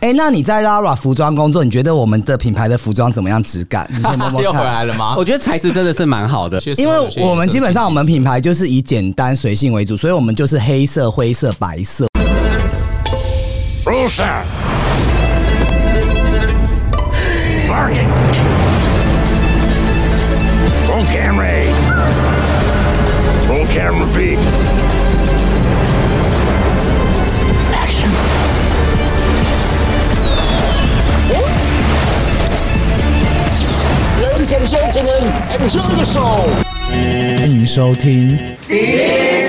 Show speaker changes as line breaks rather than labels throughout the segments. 哎、那你在 Lara 服装工作，你觉得我们的品牌的服装怎么样质感？你可以摸 摸
又回
看。
来了吗？
我觉得材质真的是蛮好的，
因为我们基本上我们品牌就是以简单随性为主，所以我们就是黑色、灰色、白色。
Rusa! Bargain! Roll camera A. Roll camera B. Action!
Ladies and gentlemen, enjoy the show.
欢迎收听。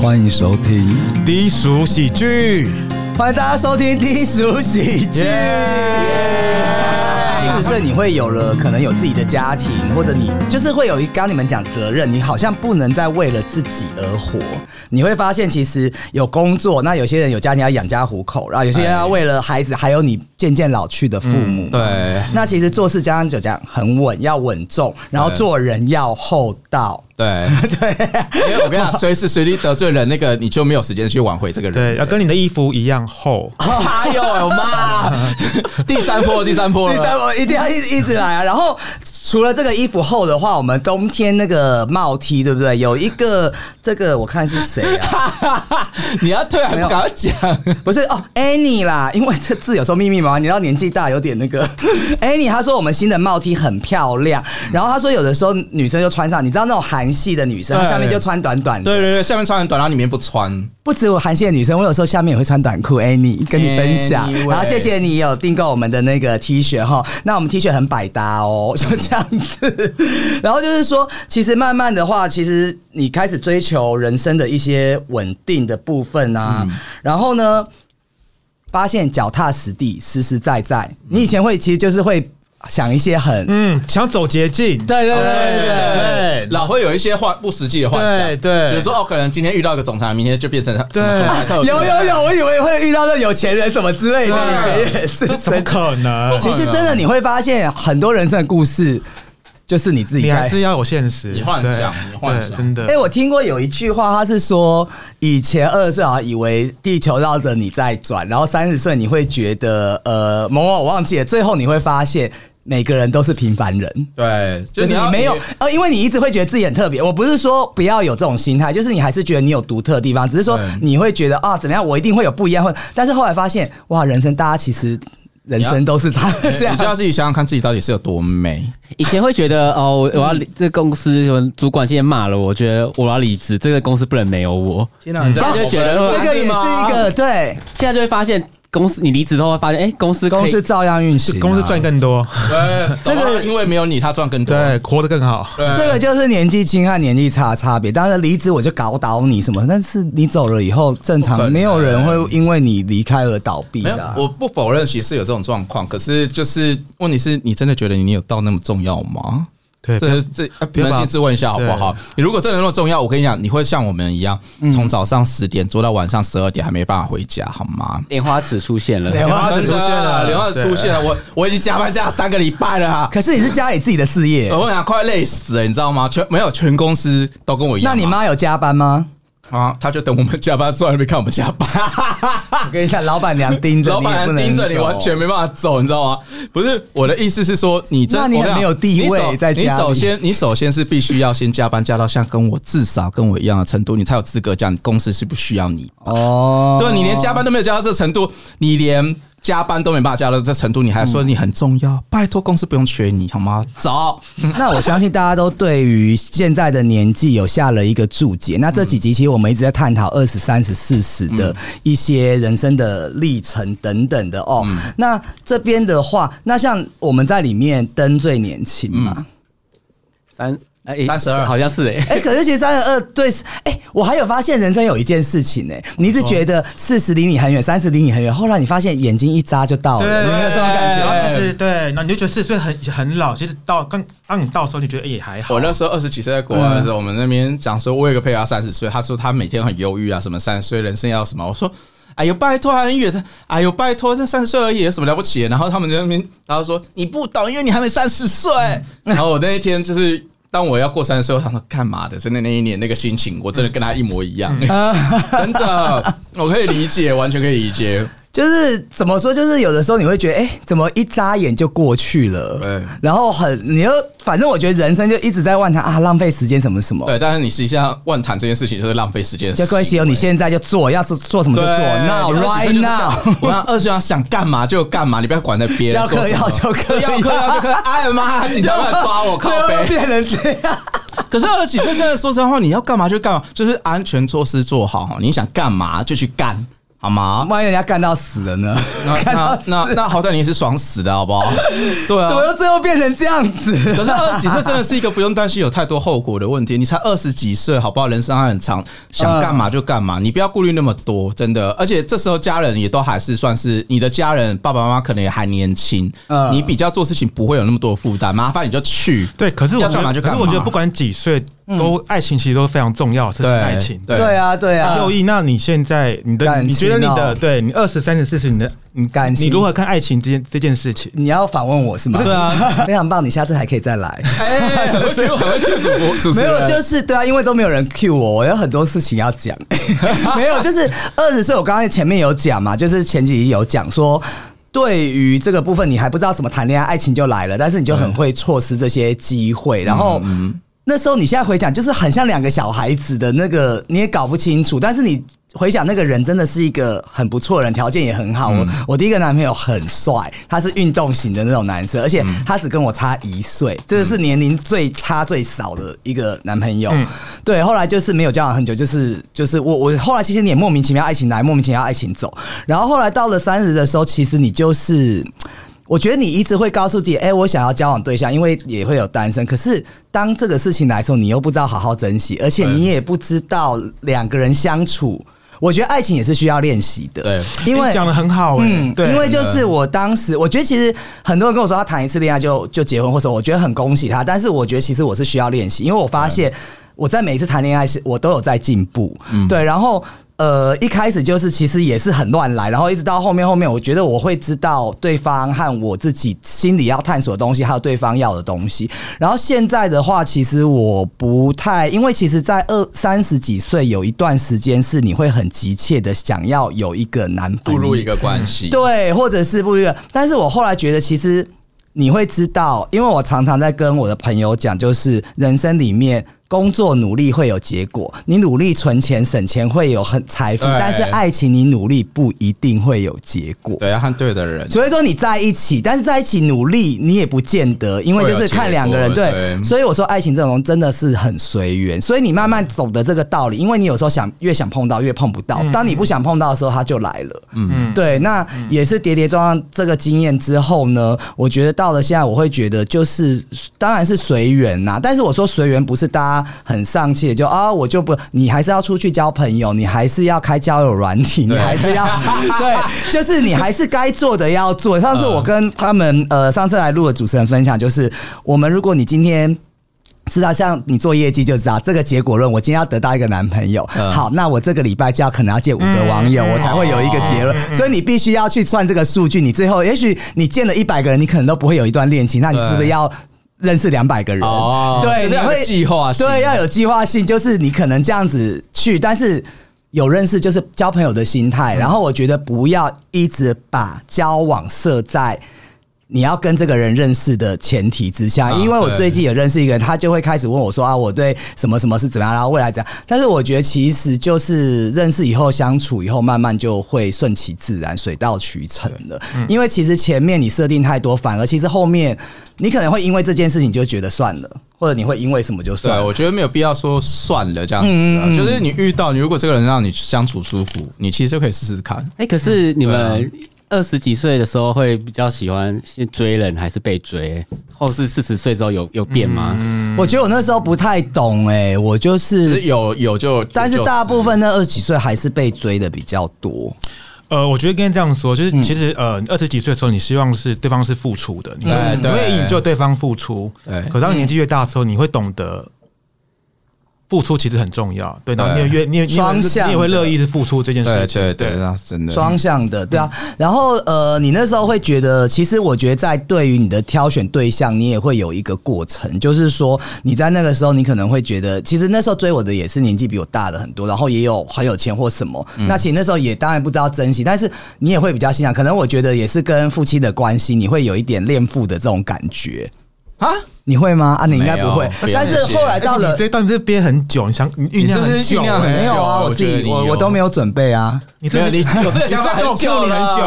欢迎收听，
低俗喜剧，
欢迎大家收听低俗喜剧。四岁你会有了，可能有自己的家庭，或者你就是会有一，刚刚你们讲责任，你好像不能再为了自己而活。你会发现，其实有工作，那有些人有家庭要养家糊口，然后有些人要为了孩子，还有你渐渐老去的父母。
嗯对
那其实做事加上就讲很稳，要稳重，然后
对
做人要厚道。
对对，因为我跟你讲，随时随地得罪人，那个你就没有时间去挽回这个人。
对，要跟你的衣服一样厚。
哎呦我妈！第三 波，第三波了，
第三，我一定要一直一直来啊！然后除了这个衣服厚的话，我们冬天那个帽 T 对不对？有一个这个我看是谁啊？
你要退还不赶快讲？
不是哦，Annie 啦，因为这字有时候密密麻麻，你知道年纪大有点那个。Annie 她说我们新的帽 T 很漂亮，然后她说有的时候女生就穿上，你知道那种韩系的女生，她
对
下面就穿短短的。
对对对，下面穿很短，然后里面不穿。
不止我韩系的女生，我有时候下面也会穿短裤。Annie 跟你分享，
Anyway
然后谢谢你有订购我们的那个 T 恤哈。那我们 T 恤很百搭哦，就这样子。 然后就是说，其实慢慢的话，其实你开始追求人生的一些稳定的部分啊。
嗯
然后呢，发现脚踏实地、实实在在。你以前会其实就是会想一些很。
嗯，想走捷径。
对对对对
对
老会有一些幻不实际的幻想，
对对
就是说哦，可能今天遇到一个总裁，明天就变成
对
对，有有有，我以为会遇到那有钱人什么之类的，以
对啊
前也是
这怎么可能？
其实真的你会发现，很多人生的故事就是你自己
你还
在。
是要有现实，
你幻想
对
你幻想
对真的
哎、。我听过有一句话，他是说，以前二十岁好像以为地球绕着你在转，然后三十岁你会觉得，呃，某某我忘记了，最后你会发现。每个人都是平凡人，
对，
就是你
要
没有呃，因为你一直会觉得自己很特别。我不是说不要有这种心态，就是你还是觉得你有独特的地方，只是说
对
你会觉得啊，怎么样，我一定会有不一样。或但是后来发现，哇，人生大家其实人
你要
生都是差这样
你就。要自己想想看自己到底是有多美。
以前会觉得哦，我我要离这公司什么主管今天骂了我，我觉得我要离职，这个公司不能没有我。
天哪，你
现在就觉得
呃
这个也是一个
哎
对
现在就会发现，公司你离职之后会发现，哎、公司可以
公司照样运行啊、
公司赚更多，
对，这个因为没有你，他赚更多。
对，活得更好。
这个就是年纪轻和年纪差的差别。当然离职我就搞倒你什么，但是你走了以后，正
不可
常
能
没有人会因为你离开而倒闭
没
的
有
啊、，
我不否认，其实有这种状况。可是就是问题是你真的觉得你有到那么重要吗？
对，
这这啊
要
扪
把
心自问一下好不好？你如果真的那么重要，我跟你讲，你会像我们一样，从早上十点做到晚上十二点还没办法回家，好吗？
莲花池出现了，
莲花
真的
子出现了
莲花子出现了，我我已经加班加了三个礼拜了啊。
可是你是家里自己的事业
我，跟你讲，快累死了，你知道吗？全没有全公司都跟我一样
那你
嘛。
妈有加班吗？
啊，他就等我们加班，坐在那边看我们加班。
我跟你讲，老板娘盯着你，
老板娘盯着你，
也不能走
完全没办法走，你知道吗？不是我的意思是说，你真
那你
我跟
很
讲
没有地位
你首
在家里
你首先，你首先是必须要先加班加到像跟我至少跟我一样的程度，你才有资格讲公司是不需要你。
哦。
对，你连加班都没有加到这程度，你连加班都没办法加到这程度，你还说你很重要？拜托，公司不用缺你好吗？走，
那我相信大家都对于现在的年纪有下了一个注解。那这几集其实我们一直在探讨二十三、十四十
嗯
的一些人生的历程等等的哦。
嗯
那这
嗯
边的话，那像我们在里面登最年轻嘛，
三哎诶
32
好像是哎、
哎、可是其实三十二对，哎、我还有发现人生有一件事情哎、你一直觉得四十离你很远，三十离你很远，后来你发现眼睛一眨就到了，
对，
你有没有这种感
然后
觉？
其 实对，然后你就觉得四十岁很很老，其实到刚当你到的时候，你觉得哎也还好
我。那时候二十几岁在国外的时候，我们那边讲说，我有个朋友他三十岁，他说他每天很忧郁啊，什么三十岁人生要什么，我说。哎呦，拜托，还很远的。哎呦，拜托，这三十岁而已，有什么了不起的？然后他们在那边，然后说你不懂，因为你还没三十岁。然后我那一天就是，当我要过三十岁，我想说干嘛的？真的那一年那个心情，我真的跟他一模一样，
嗯
真的，我可以理解，完全可以理解。
就是怎么说，就是有的时候你会觉得，哎、怎么一眨眼就过去了？
对
然后很，你又反正我觉得人生就一直在问他啊，浪费时间什么什么。
对，但是你实际上万谈这件事情就是浪费时间的事
就
情，
各位喜友，你现在就做，要做做什么就
对，
做，now
你二十
right
岁就是
now
干。我让二十岁想干嘛就干嘛，你不要管那别人
要嗑
说什么
药就嗑
对要嗑药就嗑药，哎呀妈，警察来抓我，靠
最后
背。
变成这样。
啊可是二十几岁真的说真话，你要干嘛就干嘛，就是安全措施做好，你想干嘛就去干，好吗？
万一人家干到死了呢？
那
干到
那
死，
那那好歹你也是爽死的好 不好？对啊，
怎么又最后变成这样子？
可是二十 几岁真的是一个不用担心有太多后果的问题。你才二十几岁，好不好？人生还很长，想干嘛就干嘛，你不要顾虑那么多，真的。而且这时候家人也都还是算是你的家人，爸爸妈妈可能也还年轻，
嗯
你比较做事情不会有那么多的负担，麻烦你就去。
对，可是我
要
觉
干嘛
得，
就
可
干
是
嘛。
我觉得不管几岁，都爱情其实都是非常重要的事情。
对
爱情，
对
对啊，对啊，
右翼，那你现在你的
感
你觉
情
得你
哦
的对你二十三十四十你的你
感情
你如何看爱情这件这件事情？
你要反问我是吗？对啊， 非常棒，你下次还可以再来。
哎，很会 Q，很会 Q 主播，主持
没
人
有，就是对啊，因为都没有人 cue 我，我有很多事情要 讲。没有，就是二十岁，我刚才前面有讲嘛，就是前几集有讲说。对于这个部分，你还不知道怎么谈恋爱，爱情就来了，但是你就很会错失这些机会。然后、那时候你现在回想，就是很像两个小孩子的那个，你也搞不清楚。但是你回想那个人真的是一个很不错的人，条件也很好。我我第一个男朋友很帅，他是运动型的那种男生，而且他只跟我差一岁，这个是年龄最差最少的一个男朋友。对，后来就是没有交往很久，就是就是我我后来其实你也莫名其妙爱情来，莫名其妙爱情走，然后后来到了三十的时候，其实你就是。我觉得你一直会告诉自己，哎、我想要交往对象，因为也会有单身。可是当这个事情来的时候，你又不知道好好珍惜，而且你也不知道两个人相处。我觉得爱情也是需要练习的，
对，
因
诶
为
你讲的很好，嗯，对，
因为就是我当时，我觉得其实很多人跟我说他谈一次恋爱就就结婚，或者我觉得很恭喜他，但是我觉得其实我是需要练习，因为我发现我在每一次谈恋爱时，我都有在进步，对，然后。呃，一开始就是其实也是很乱来，然后一直到后面后面，我觉得我会知道对方和我自己心里要探索的东西，还有对方要的东西。然后现在的话，其实我不太，因为其实，在二三十几岁有一段时间是你会很急切的想要有一个男朋
步
友，
入一个关系，
对，或者是不一个。但是我后来觉得，其实你会知道，因为我常常在跟我的朋友讲，就是人生里面。工作努力会有结果，你努力存钱省钱会有很财富，
对
但是爱情你努力不一定会有结果。
对，要和对的人。
所以说你在一起，但是在一起努力你也不见得，因为就是看两个人
会有
对
结果对
所以我说爱情这种东西真的是很随缘，所以你慢慢懂得这个道理，因为你有时候想越想碰到越碰不到，当你不想碰到的时候它就来了。嗯，对，那也是跌跌撞撞这个经验之后呢，我觉得到了现在，我会觉得就是当然是随缘呐，但是我说随缘不是大家很丧气的就啊我就不，你还是要出去交朋友，你还是要开交友软体，你还是要对，就是你还是该做的要做。上次我跟他们呃上次来录的主持人分享，就是我们如果你今天。知道，啊像你做业绩就知道这个结果论。我今天要得到一个男朋友，
嗯
好，那我这个礼拜就要可能要见五个网友，我才会有一个结
哦
论。所以你必须要去算这个数据。你最后，也许你见了一百个人，你可能都不会有一段恋情，那你是不是
对
要？认识两百个人，
嗯哦
对，你
就是要有
会
计划性
对，要有计划性，就是你可能这样子去，但是有认识就是交朋友的心
嗯
态。然后我觉得不要一直把交往设在你要跟这个人认识的前提之下，
啊
因为我
对
最近有认识一个人，他就会开始问我说啊，我对什么什么是怎么样，然后未来怎样。但是我觉得其实就是认识以后相处以后，慢慢就会顺其自然，水到渠成了。
嗯
因为其实前面你设定太多，反而其实后面你可能会因为这件事情就觉得算了，或者你会因为什么就算
对，啊
了。
我觉得没有必要说算了这样子、
嗯
啊，就是
嗯
你遇到你如果这个人让你相处舒服，你其实就可以试试看。
啊
哎、可是你们二十几岁的时候会比较喜欢先追人还是被追？后是四十岁之后有有变吗？
我觉得我那时候不太懂哎、我就
嗯就是
是，
有有就，
但是
就
大部分那二十几岁还是被追的比较多。
呃，我觉得跟这样说，就是其实、呃，二十几岁的时候，你希望是对方是付出的，你会
对
你会
对
引就对方付出。
对
可当你年纪越大的时候，你会懂得付出其实很重要。对，然后你也越你也你也会
双向的
你也会乐意是付出这件
对
事情。
对对，那是真的
双向的，对啊。然后呃，你那时候会觉得，其实我觉得在对于你的挑选对象，你也会有一个过程，就是说你在那个时候，你可能会觉得，其实那时候追我的也是年纪比我大的很多，然后也有很有钱或什么。
嗯
那其实那时候也当然不知道珍惜，但是你也会比较欣赏。可能我觉得也是跟夫妻的关系，你会有一点恋父的这种感觉。
啊，
你会吗？啊，你应该不会
没有。不要
但是
谢谢
后来到
而 且
了
你这段这憋很久，你想哎你酝酿很
你是
久、
不是酝酿很
欸
久
没有啊，
我
我自
觉得
己
你
我
有
我都没有准备啊。
你
没
真
有
的
你有这个想法
你
很
这段
久
跟我 cue 你很久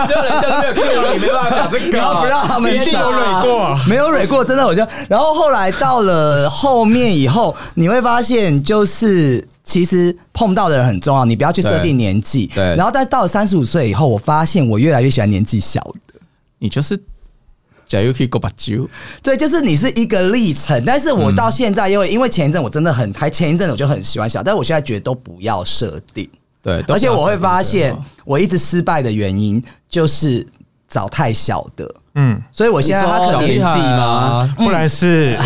了，对，就人家没有 Q 你，没办法讲这个
然
啊，
后不让他们
一定有蕊过，
没有蕊过，真的我就。然后后来到了后面以后，你会发现就是。其实碰到的人很重要，你不要去设定年纪。
对对
然后，但到了三十五岁以后，我发现我越来越喜欢年纪小的。
你就是假又可以过把酒，
对，就是你是一个历程，但是我到现在，因为、因为前一阵我真的很，还前一阵我就很喜欢小，但我现在觉得都不要设定。
对，
而且我会发现
都不要设定这个，
我一直失败的原因就是找太小的，
嗯，
所以我现在他
你说
可能
小
小厉害
年纪
啊
吗？
不然是、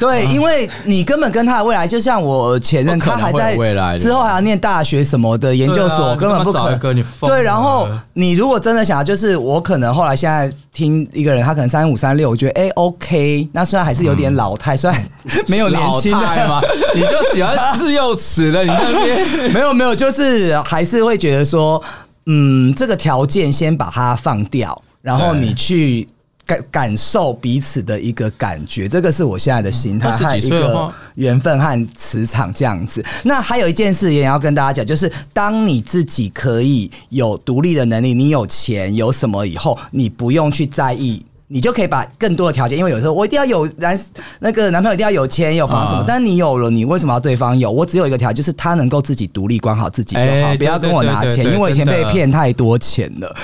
对，因为你根本跟他的未来，就像我前任，
不可
他
能
还
会有
在
未来的
之后还要念大学什么的研究
对啊
所，根本不可
你他妈找一个你疯了
对，然后你如果真的想要，就是我可能后来现在听一个人，他可能三五三六，我觉得哎 OK，那虽然还是有点老态，虽然没有年
老
轻
态
的
嘛，啊 你就喜欢自幼齿了，你那 边
没有没有，就是还是会觉得说，嗯，这个条件先把它放掉，然后
对
你去。感感受彼此的一个感觉，这个是我现在的心态，
二十几
还有一
岁的
个
话
缘分和磁场这样子。那还有一件事也要跟大家讲，就是当你自己可以有独立的能力，你有钱有什么以后，你不用去在意。你就可以把更多的条件，因为有时候我一定要有男那个男朋友一定要有钱有房什么，
啊
但你有了，你为什么要对方有？我只有一个条件，就是他能够自己独立管好自己就好，
哎
不要跟我拿
对对对
钱，
对
因为我以前
真
被
的
骗太多钱了，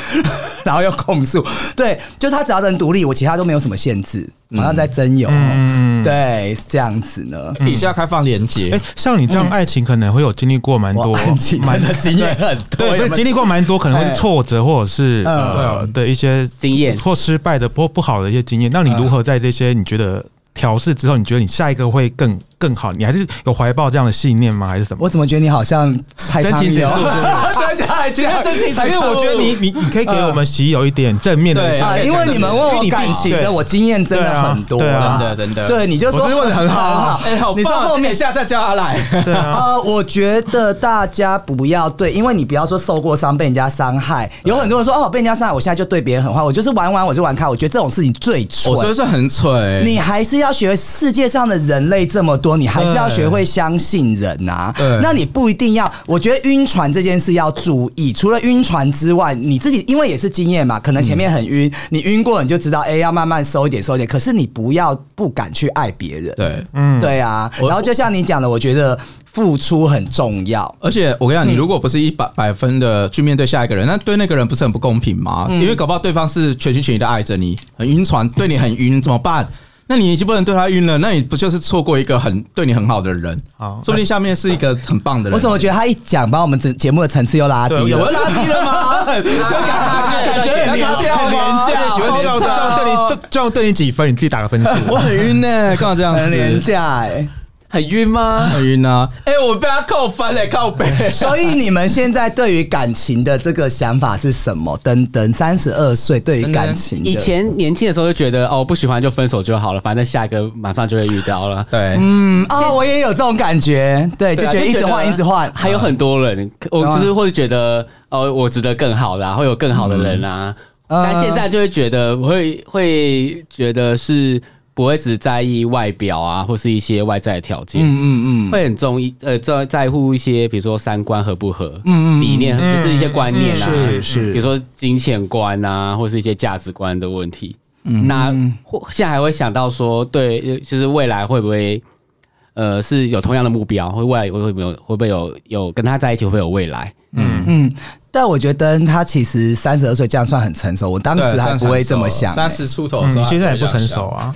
然后又控诉。对，就他只要能独立，我其他都没有什么限制，好像在真
嗯
有哦。对，这样子呢。
底下开放连接
哎、，像你这
嗯
样爱情可能会有经历过蛮
我
多
安琪，真
蛮
的经验很多，
对，
有没
会
有
经历过蛮多，可能会
哎
是挫折，或者是
嗯
呃的一些
经验
或失败的或不好的一些经验。那
嗯
你如何在这些你觉得调试之后，你觉得你下一个会更更好？你还是有怀抱这样的信念吗？还是什么
我？怎么觉得你好像猜
真
他
情 指数，
真假还真啊真情
还是我觉得你你你可以给我们喜友一点正面的
对
嗯
想
啊，
法，
因为你们问我
因为你
感情
对
的，我经验真的很多
对啊
啦，
对啊真的真的
对，你就说
我真的问得很好啊
哎，好
啊你说
棒，
后面
哎下次再叫他来，
对啊，
呃，我觉得大家不要对，因为你不要说受过伤被人家伤害，有很多人说哦被人家伤害，我现在就对别人很坏，我就是玩玩我就玩开，我觉得这种事情最蠢
我。真的是很蠢，
你还是要学世界上的人类这么多，你还是要学会相信人啊
对。
那你不一定要，我觉得晕船这件事要注意。除了晕船之外，你自己因为也是经验嘛，可能前面很晕，你晕过你就知道，哎、要慢慢收一点，收一点。可是你不要不敢去爱别人，
对。
对啊。
我
然后就像你讲的，我觉得付出很重要。
而且我跟你讲，你如果不是一百百分的去面对下一个人，那对那个人不是很不公平吗？因为搞不好对方是全心全意的爱着你，很晕船，对你很晕，怎么办？那你已经不能对他晕了，那你不就是错过一个很对你很好的人？
好
说不定下面是一个很棒的人。
我 怎么觉得他一讲，把我们整节目的层次又拉低
对有
了
人？拉低了吗？感觉很高调吗？
喜欢这样这样对你
啊
这样对你几分？你自己打个分 数。嗯
我很晕呢，干嘛这样
很廉
子？
价哎，
很晕吗？
很晕啊！哎，我被他扣分嘞，靠背。
所以你们现在对于感情的这个想法是什么？等等，三十二岁对于感情的，
以前年轻的时候就觉得哦，不喜欢就分手就好了，反正下一个马上就会遇到了。
对，
嗯哦，我也有这种感觉，对，就
对啊
觉得一直换，一直换。啊
还有很多人，我就是会觉得哦，我值得更好的、啊，会有更好的人啊。
嗯
但现在就会觉得会会觉得是不会只在意外表啊，或是一些外在的条件，
嗯嗯嗯，
会很重意呃在在乎一些，比如说三观合不合，嗯嗯，理念就是一些观念啊，
嗯是是
比如说金钱观啊，或是一些价值观的问题。那或现在还会想到说，对，就是未来会不会呃是有同样的目标，会未来会不会有会不会有有跟他在一起会不会有未来？
嗯，但我觉得灯他其实三十二岁这样算很成熟，我当时还不会这么想、欸。
三十出头的
嗯，
时候还会这
你现
样
在
想，
也不成熟啊，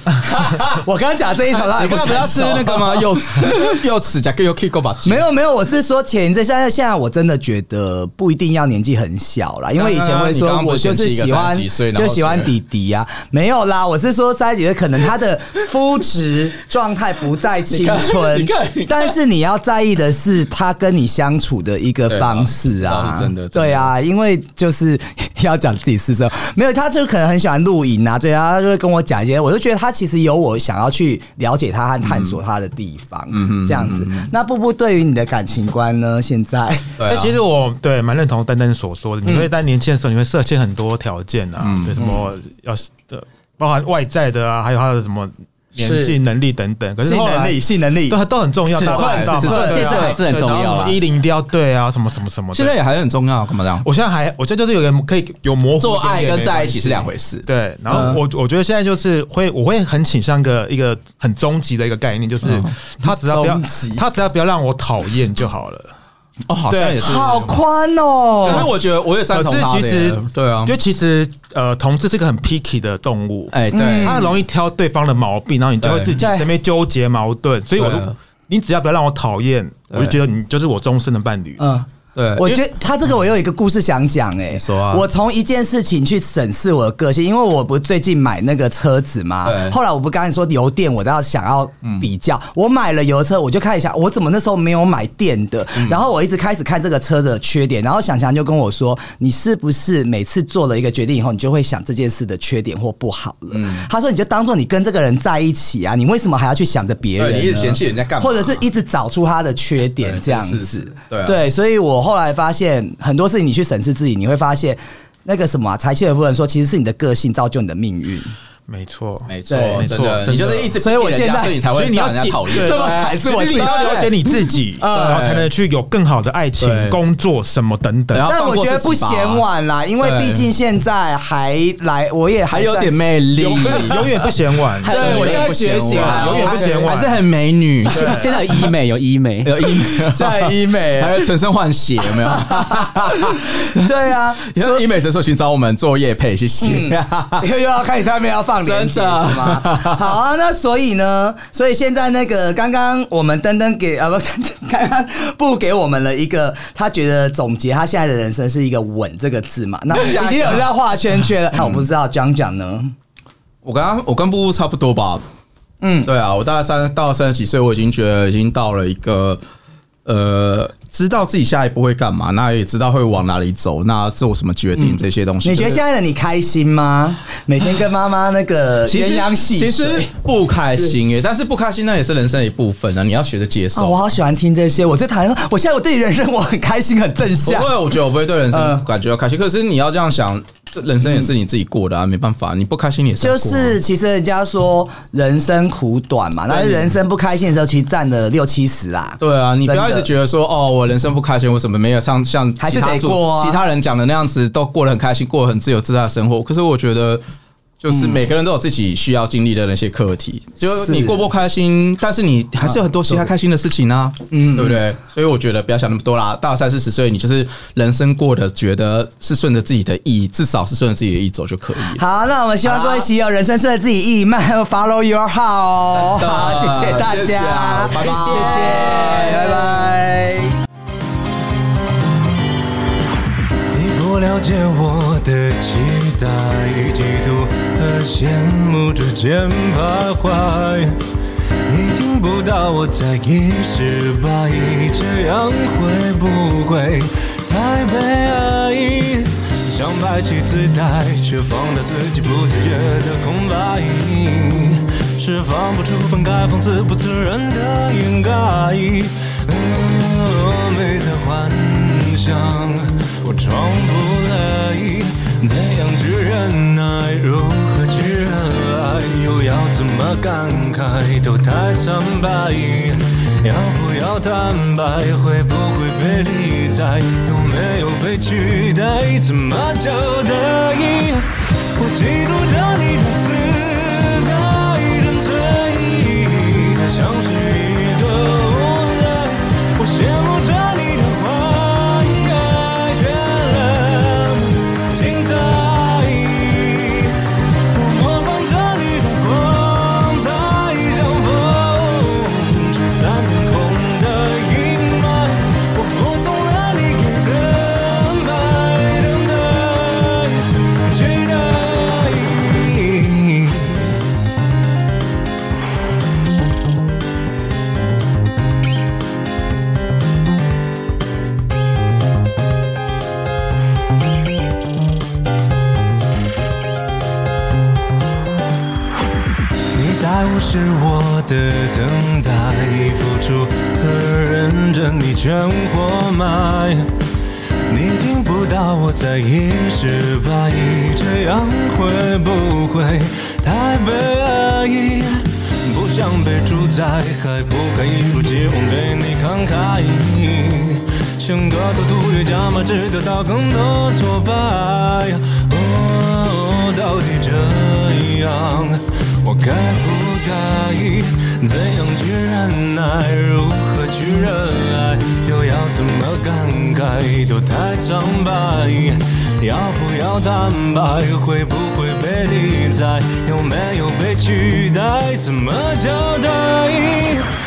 我刚讲这一场，他还
你刚才不
成
要吃
熟
那 个吗？柚子，柚子加个柚 K 够吧？
没有没有，我是说前一阵，现在现在我真的觉得不一定要年纪很小啦，因为以前会
当
说
然啊
我就是喜欢
你刚刚不是前几个30岁然后
就喜欢弟弟啊，没有啦，我是说三十几岁可能他的肤质状态不在青春
你看你看你看，
但是你要在意的是他跟你相处的一个
对啊
方式啊
倒，是真的真的
对啊，因为就是 要讲自己私生活，没有他就可能很喜欢露营啊，对啊，他就会跟我讲一些，我就觉得他其实有我想要去了解他和探索他的地方，这样子。那布布对于你的感情观呢？现在
对
哎，
啊，
其实我对蛮认同丹丹所说的，你会在年轻的时候，你会设限很多条件啊，对什么要是的，包含外在的啊，还有他的什么年纪、能力等等。可是
性
后
能
来
力，性能力
对，，它都很重要，
尺寸
大家知道
尺寸
对啊
尺寸是很重要啦
对然后什么衣领一定要对啊，什么什么什么的。
现在也还很重要，干嘛这样？
我现在还，我现在就是有点可以有模糊
做
一点
爱
点
跟
没
在一
关
起
系
是两回事。
对，然后我、我觉得现在就是会，我会很倾向一个一个很终极的一个概念，就是他只要不要
终极，
他只要不要让我讨厌就好了。
哦，好像
对
也是。
好宽
可是
哦。
我觉得我也赞
可
同
是
他
其
的
实
耶。对啊
因，为其实呃，同志是个很 picky 的动物，
哎，对，
他很容易挑对方的毛病，然后你就会
对
自己在那边纠结矛盾，所以我就
对啊
你只要不要让我讨厌，我就觉得你就是我终身的伴侣。
嗯，
对，
我
因为
觉得他这个我有一个故事想讲哎、
你说啊
我从一件事情去审视我的个性，因为我不是最近买那个车子嘛
对，嗯
后来我不刚才说油电，我都要想要比较，我买了油车，我就开始想我怎么那时候没有买电的，
嗯
然后我一直开始看这个车的缺点，然后想想就跟我说，你是不是每次做了一个决定以后，你就会想这件事的缺点或不好了？
嗯
他说你就当做你跟这个人在一起啊，你为什么还要去想着别人
对
呢？
你一直嫌弃人家干嘛？
或者是一直找出他的缺点
对
这样
是
子
是。对啊
所以我后来发现很多事情，你去审视自己，你会发现。那个什么、啊，柴契尔夫人说，其实是你的个性造就你的命运。
没错，
没错
对，
没
真
错
的，你
真的
就是一直
所以我
逼人家
现在
所以你才
所
会
以你
让
要
人家讨厌。啊
对
这么才是我
所以你要了解 你自己，对然后才能去有更好的爱情
嗯对、
工作什么等等
然。后
但我觉得不嫌晚啦，因为
对
毕竟现在还来，我也还
还有
算
点
是
魅力。
永远永远不嫌晚。
还
对，
有
我现在觉醒了，
永远不嫌晚
还是很美女，
现在有医美有医美，
有医美， 现
在医美
还有全身换血，有没 有？
对啊，
你说医美诊所请找我们做夜配，谢谢。
又又要看下面要放链接
真的
是 吗？好啊，那所以呢，所以现在那个刚刚我们登登给啊不， 刚刚不给我们了一个，他觉得总结他现在的人生是一个“稳”这个字 嘛，那
下
已
一个
经有人在画圈圈 了。那我不知道讲讲呢，
我跟他，我跟布布差不多吧。嗯，对啊，我大概三到三十几岁，我已经觉得已经到了一个呃，知道自己下一步会干嘛，那也知道会往哪里走，那做什么决定这些东
嗯
西。
你觉得
就是
现在的你开心吗？每天跟妈妈那个
其
鸳鸯
实
戏
其
水，
实不开心耶，但是不开心那也是人生的一部分啊，你要学着接
啊、
受。
我好喜欢听这些，我最讨厌说。我现在我对人生我很开心，很正
不
向。
会，我觉得我不会对人
嗯
生感觉到开心。可是你要这样想，这人生也是你自己过的啊，没办法，你不开心你也是要
就
过啊
是其实人家说人生苦短嘛，但是人生不开心的时候，其实占了六七十啦。
对啊，你不
真
要一
的
直觉得说哦，我人生不开心，我怎么没有像像
还是
其他
得
主
过啊
其他人讲的那样子，都过得很开心，过得很自由自在的生活。可是我觉得，就是每个人都有自己需要经历的那些课题，
嗯
就是你过不开心，但是你还是有很多其他开心的事情啊，嗯，对不对？所以我觉得不要想那么多啦。到三四十岁，你就是人生过得觉得是顺着自己的意，至少是顺着自己的意走就可以了。
好，那我们希望各位喜友人生顺着自己意， 慢慢 follow your heart 哦。
真的
好，谢谢大
谢谢
家，
拜拜
谢谢，拜拜。
你不了解我的期待与嫉妒和羡慕之间徘徊，你听不到我在意失败，这样会不会太悲哀？想摆起姿态，却放大自己不自觉的空白，释放不出分开讽刺不自然的掩盖。嗯，没在幻想，我装不来，怎样去忍耐，如何去热爱，又要怎么感慨，都太苍白。要不要坦白？会不会被理睬？有没有被取代？怎么交代？我嫉妒着你的自在沉醉，它像是一个无赖。我羡慕着你的花开绚烂，是我的等待，付出和认真你全活埋。你听不到我在一失败，这样会不会太悲哀？不想被主宰，还不敢一如既往对你慷慨。想得到突越加码，只得到更多挫败。哦，到底这样，我该不该？怎样去忍耐？如何去热爱？又要怎么感慨？都太苍白。要不要坦白？会不会被理睬？有没有被取代？怎么交代？